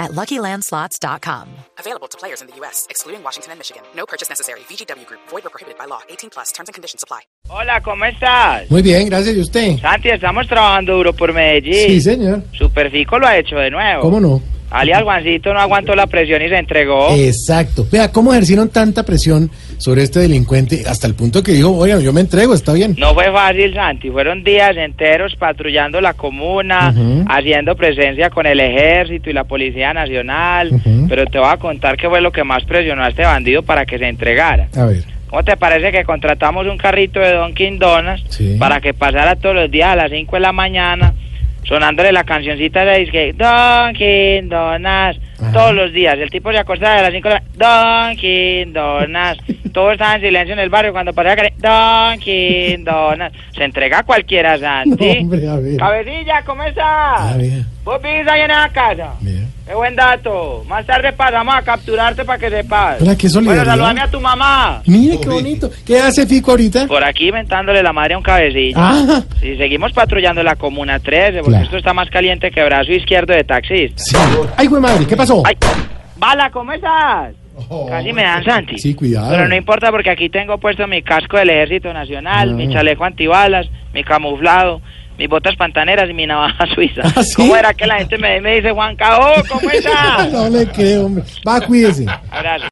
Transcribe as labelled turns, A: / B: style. A: at luckylandslots.com.
B: Available to players in the U.S., excluding Washington and Michigan. No purchase necessary. VGW Group, void or prohibited by law. 18 plus terms and conditions apply.
C: Hola, ¿cómo estás?
D: Muy bien, gracias. ¿Y usted?
C: Santi, estamos trabajando duro por Medellín.
D: Sí, señor.
C: Superfico lo ha hecho de nuevo.
D: ¿Cómo no?
C: Alias Juancito no aguantó la presión y se entregó.
D: Eh. Exacto. Vea, ¿cómo ejercieron tanta presión sobre este delincuente hasta el punto que dijo, oigan, yo me entrego, está bien?
C: No fue fácil, Santi. Fueron días enteros patrullando la comuna, haciendo presencia con el ejército y la Policía Nacional. Pero te voy a contar qué fue lo que más presionó a este bandido para que se entregara.
D: A ver.
C: ¿Cómo te parece que contratamos un carrito de Dunkin' Donuts
D: Sí.
C: para que pasara todos los días a las 5 de la mañana sonándole la cancioncita de disque Dunkin' Donuts
D: Ajá.
C: todos los días? El tipo se acostaba a las 5 de la mañana Dunkin' Donuts. Todos estaban en silencio en el barrio cuando pasaba el carrito Dunkin' Donuts. Se entrega a cualquiera, Santi.
D: No, hombre, a ver.
C: Cabecilla, ¿cómo estás?
D: Ah, bien.
C: ¿Vos vivís ahí en la casa?
D: Bien.
C: Qué buen dato. Más tarde pasamos a capturarte para que sepas.
D: Hola, qué solidaridad.
C: Bueno, saludame a tu mamá.
D: Mire, qué bonito. ¿Qué hace Fico ahorita?
C: Por aquí inventándole la madre a un cabecilla.
D: Ah,
C: Si seguimos patrullando la Comuna 13, porque
D: Claro.
C: esto está más caliente que brazo izquierdo de taxista.
D: sí. Ay, güey, madre, ¿qué pasó?
C: ¡Ay! ¡Bala, ¿cómo estás? Casi me dan Santi.
D: Oh, Sí, cuidado.
C: Pero no importa porque aquí tengo puesto mi casco del Ejército Nacional,
D: Ah.
C: mi chaleco antibalas, mi camuflado, mis botas pantaneras y mi navaja suiza.
D: ¿Ah, sí?
C: ¿Cómo era que la gente me, me dice, Juan Cao, oh, ¿cómo estás?
D: no le creo, hombre. Va, cuídese.
C: Abrazo.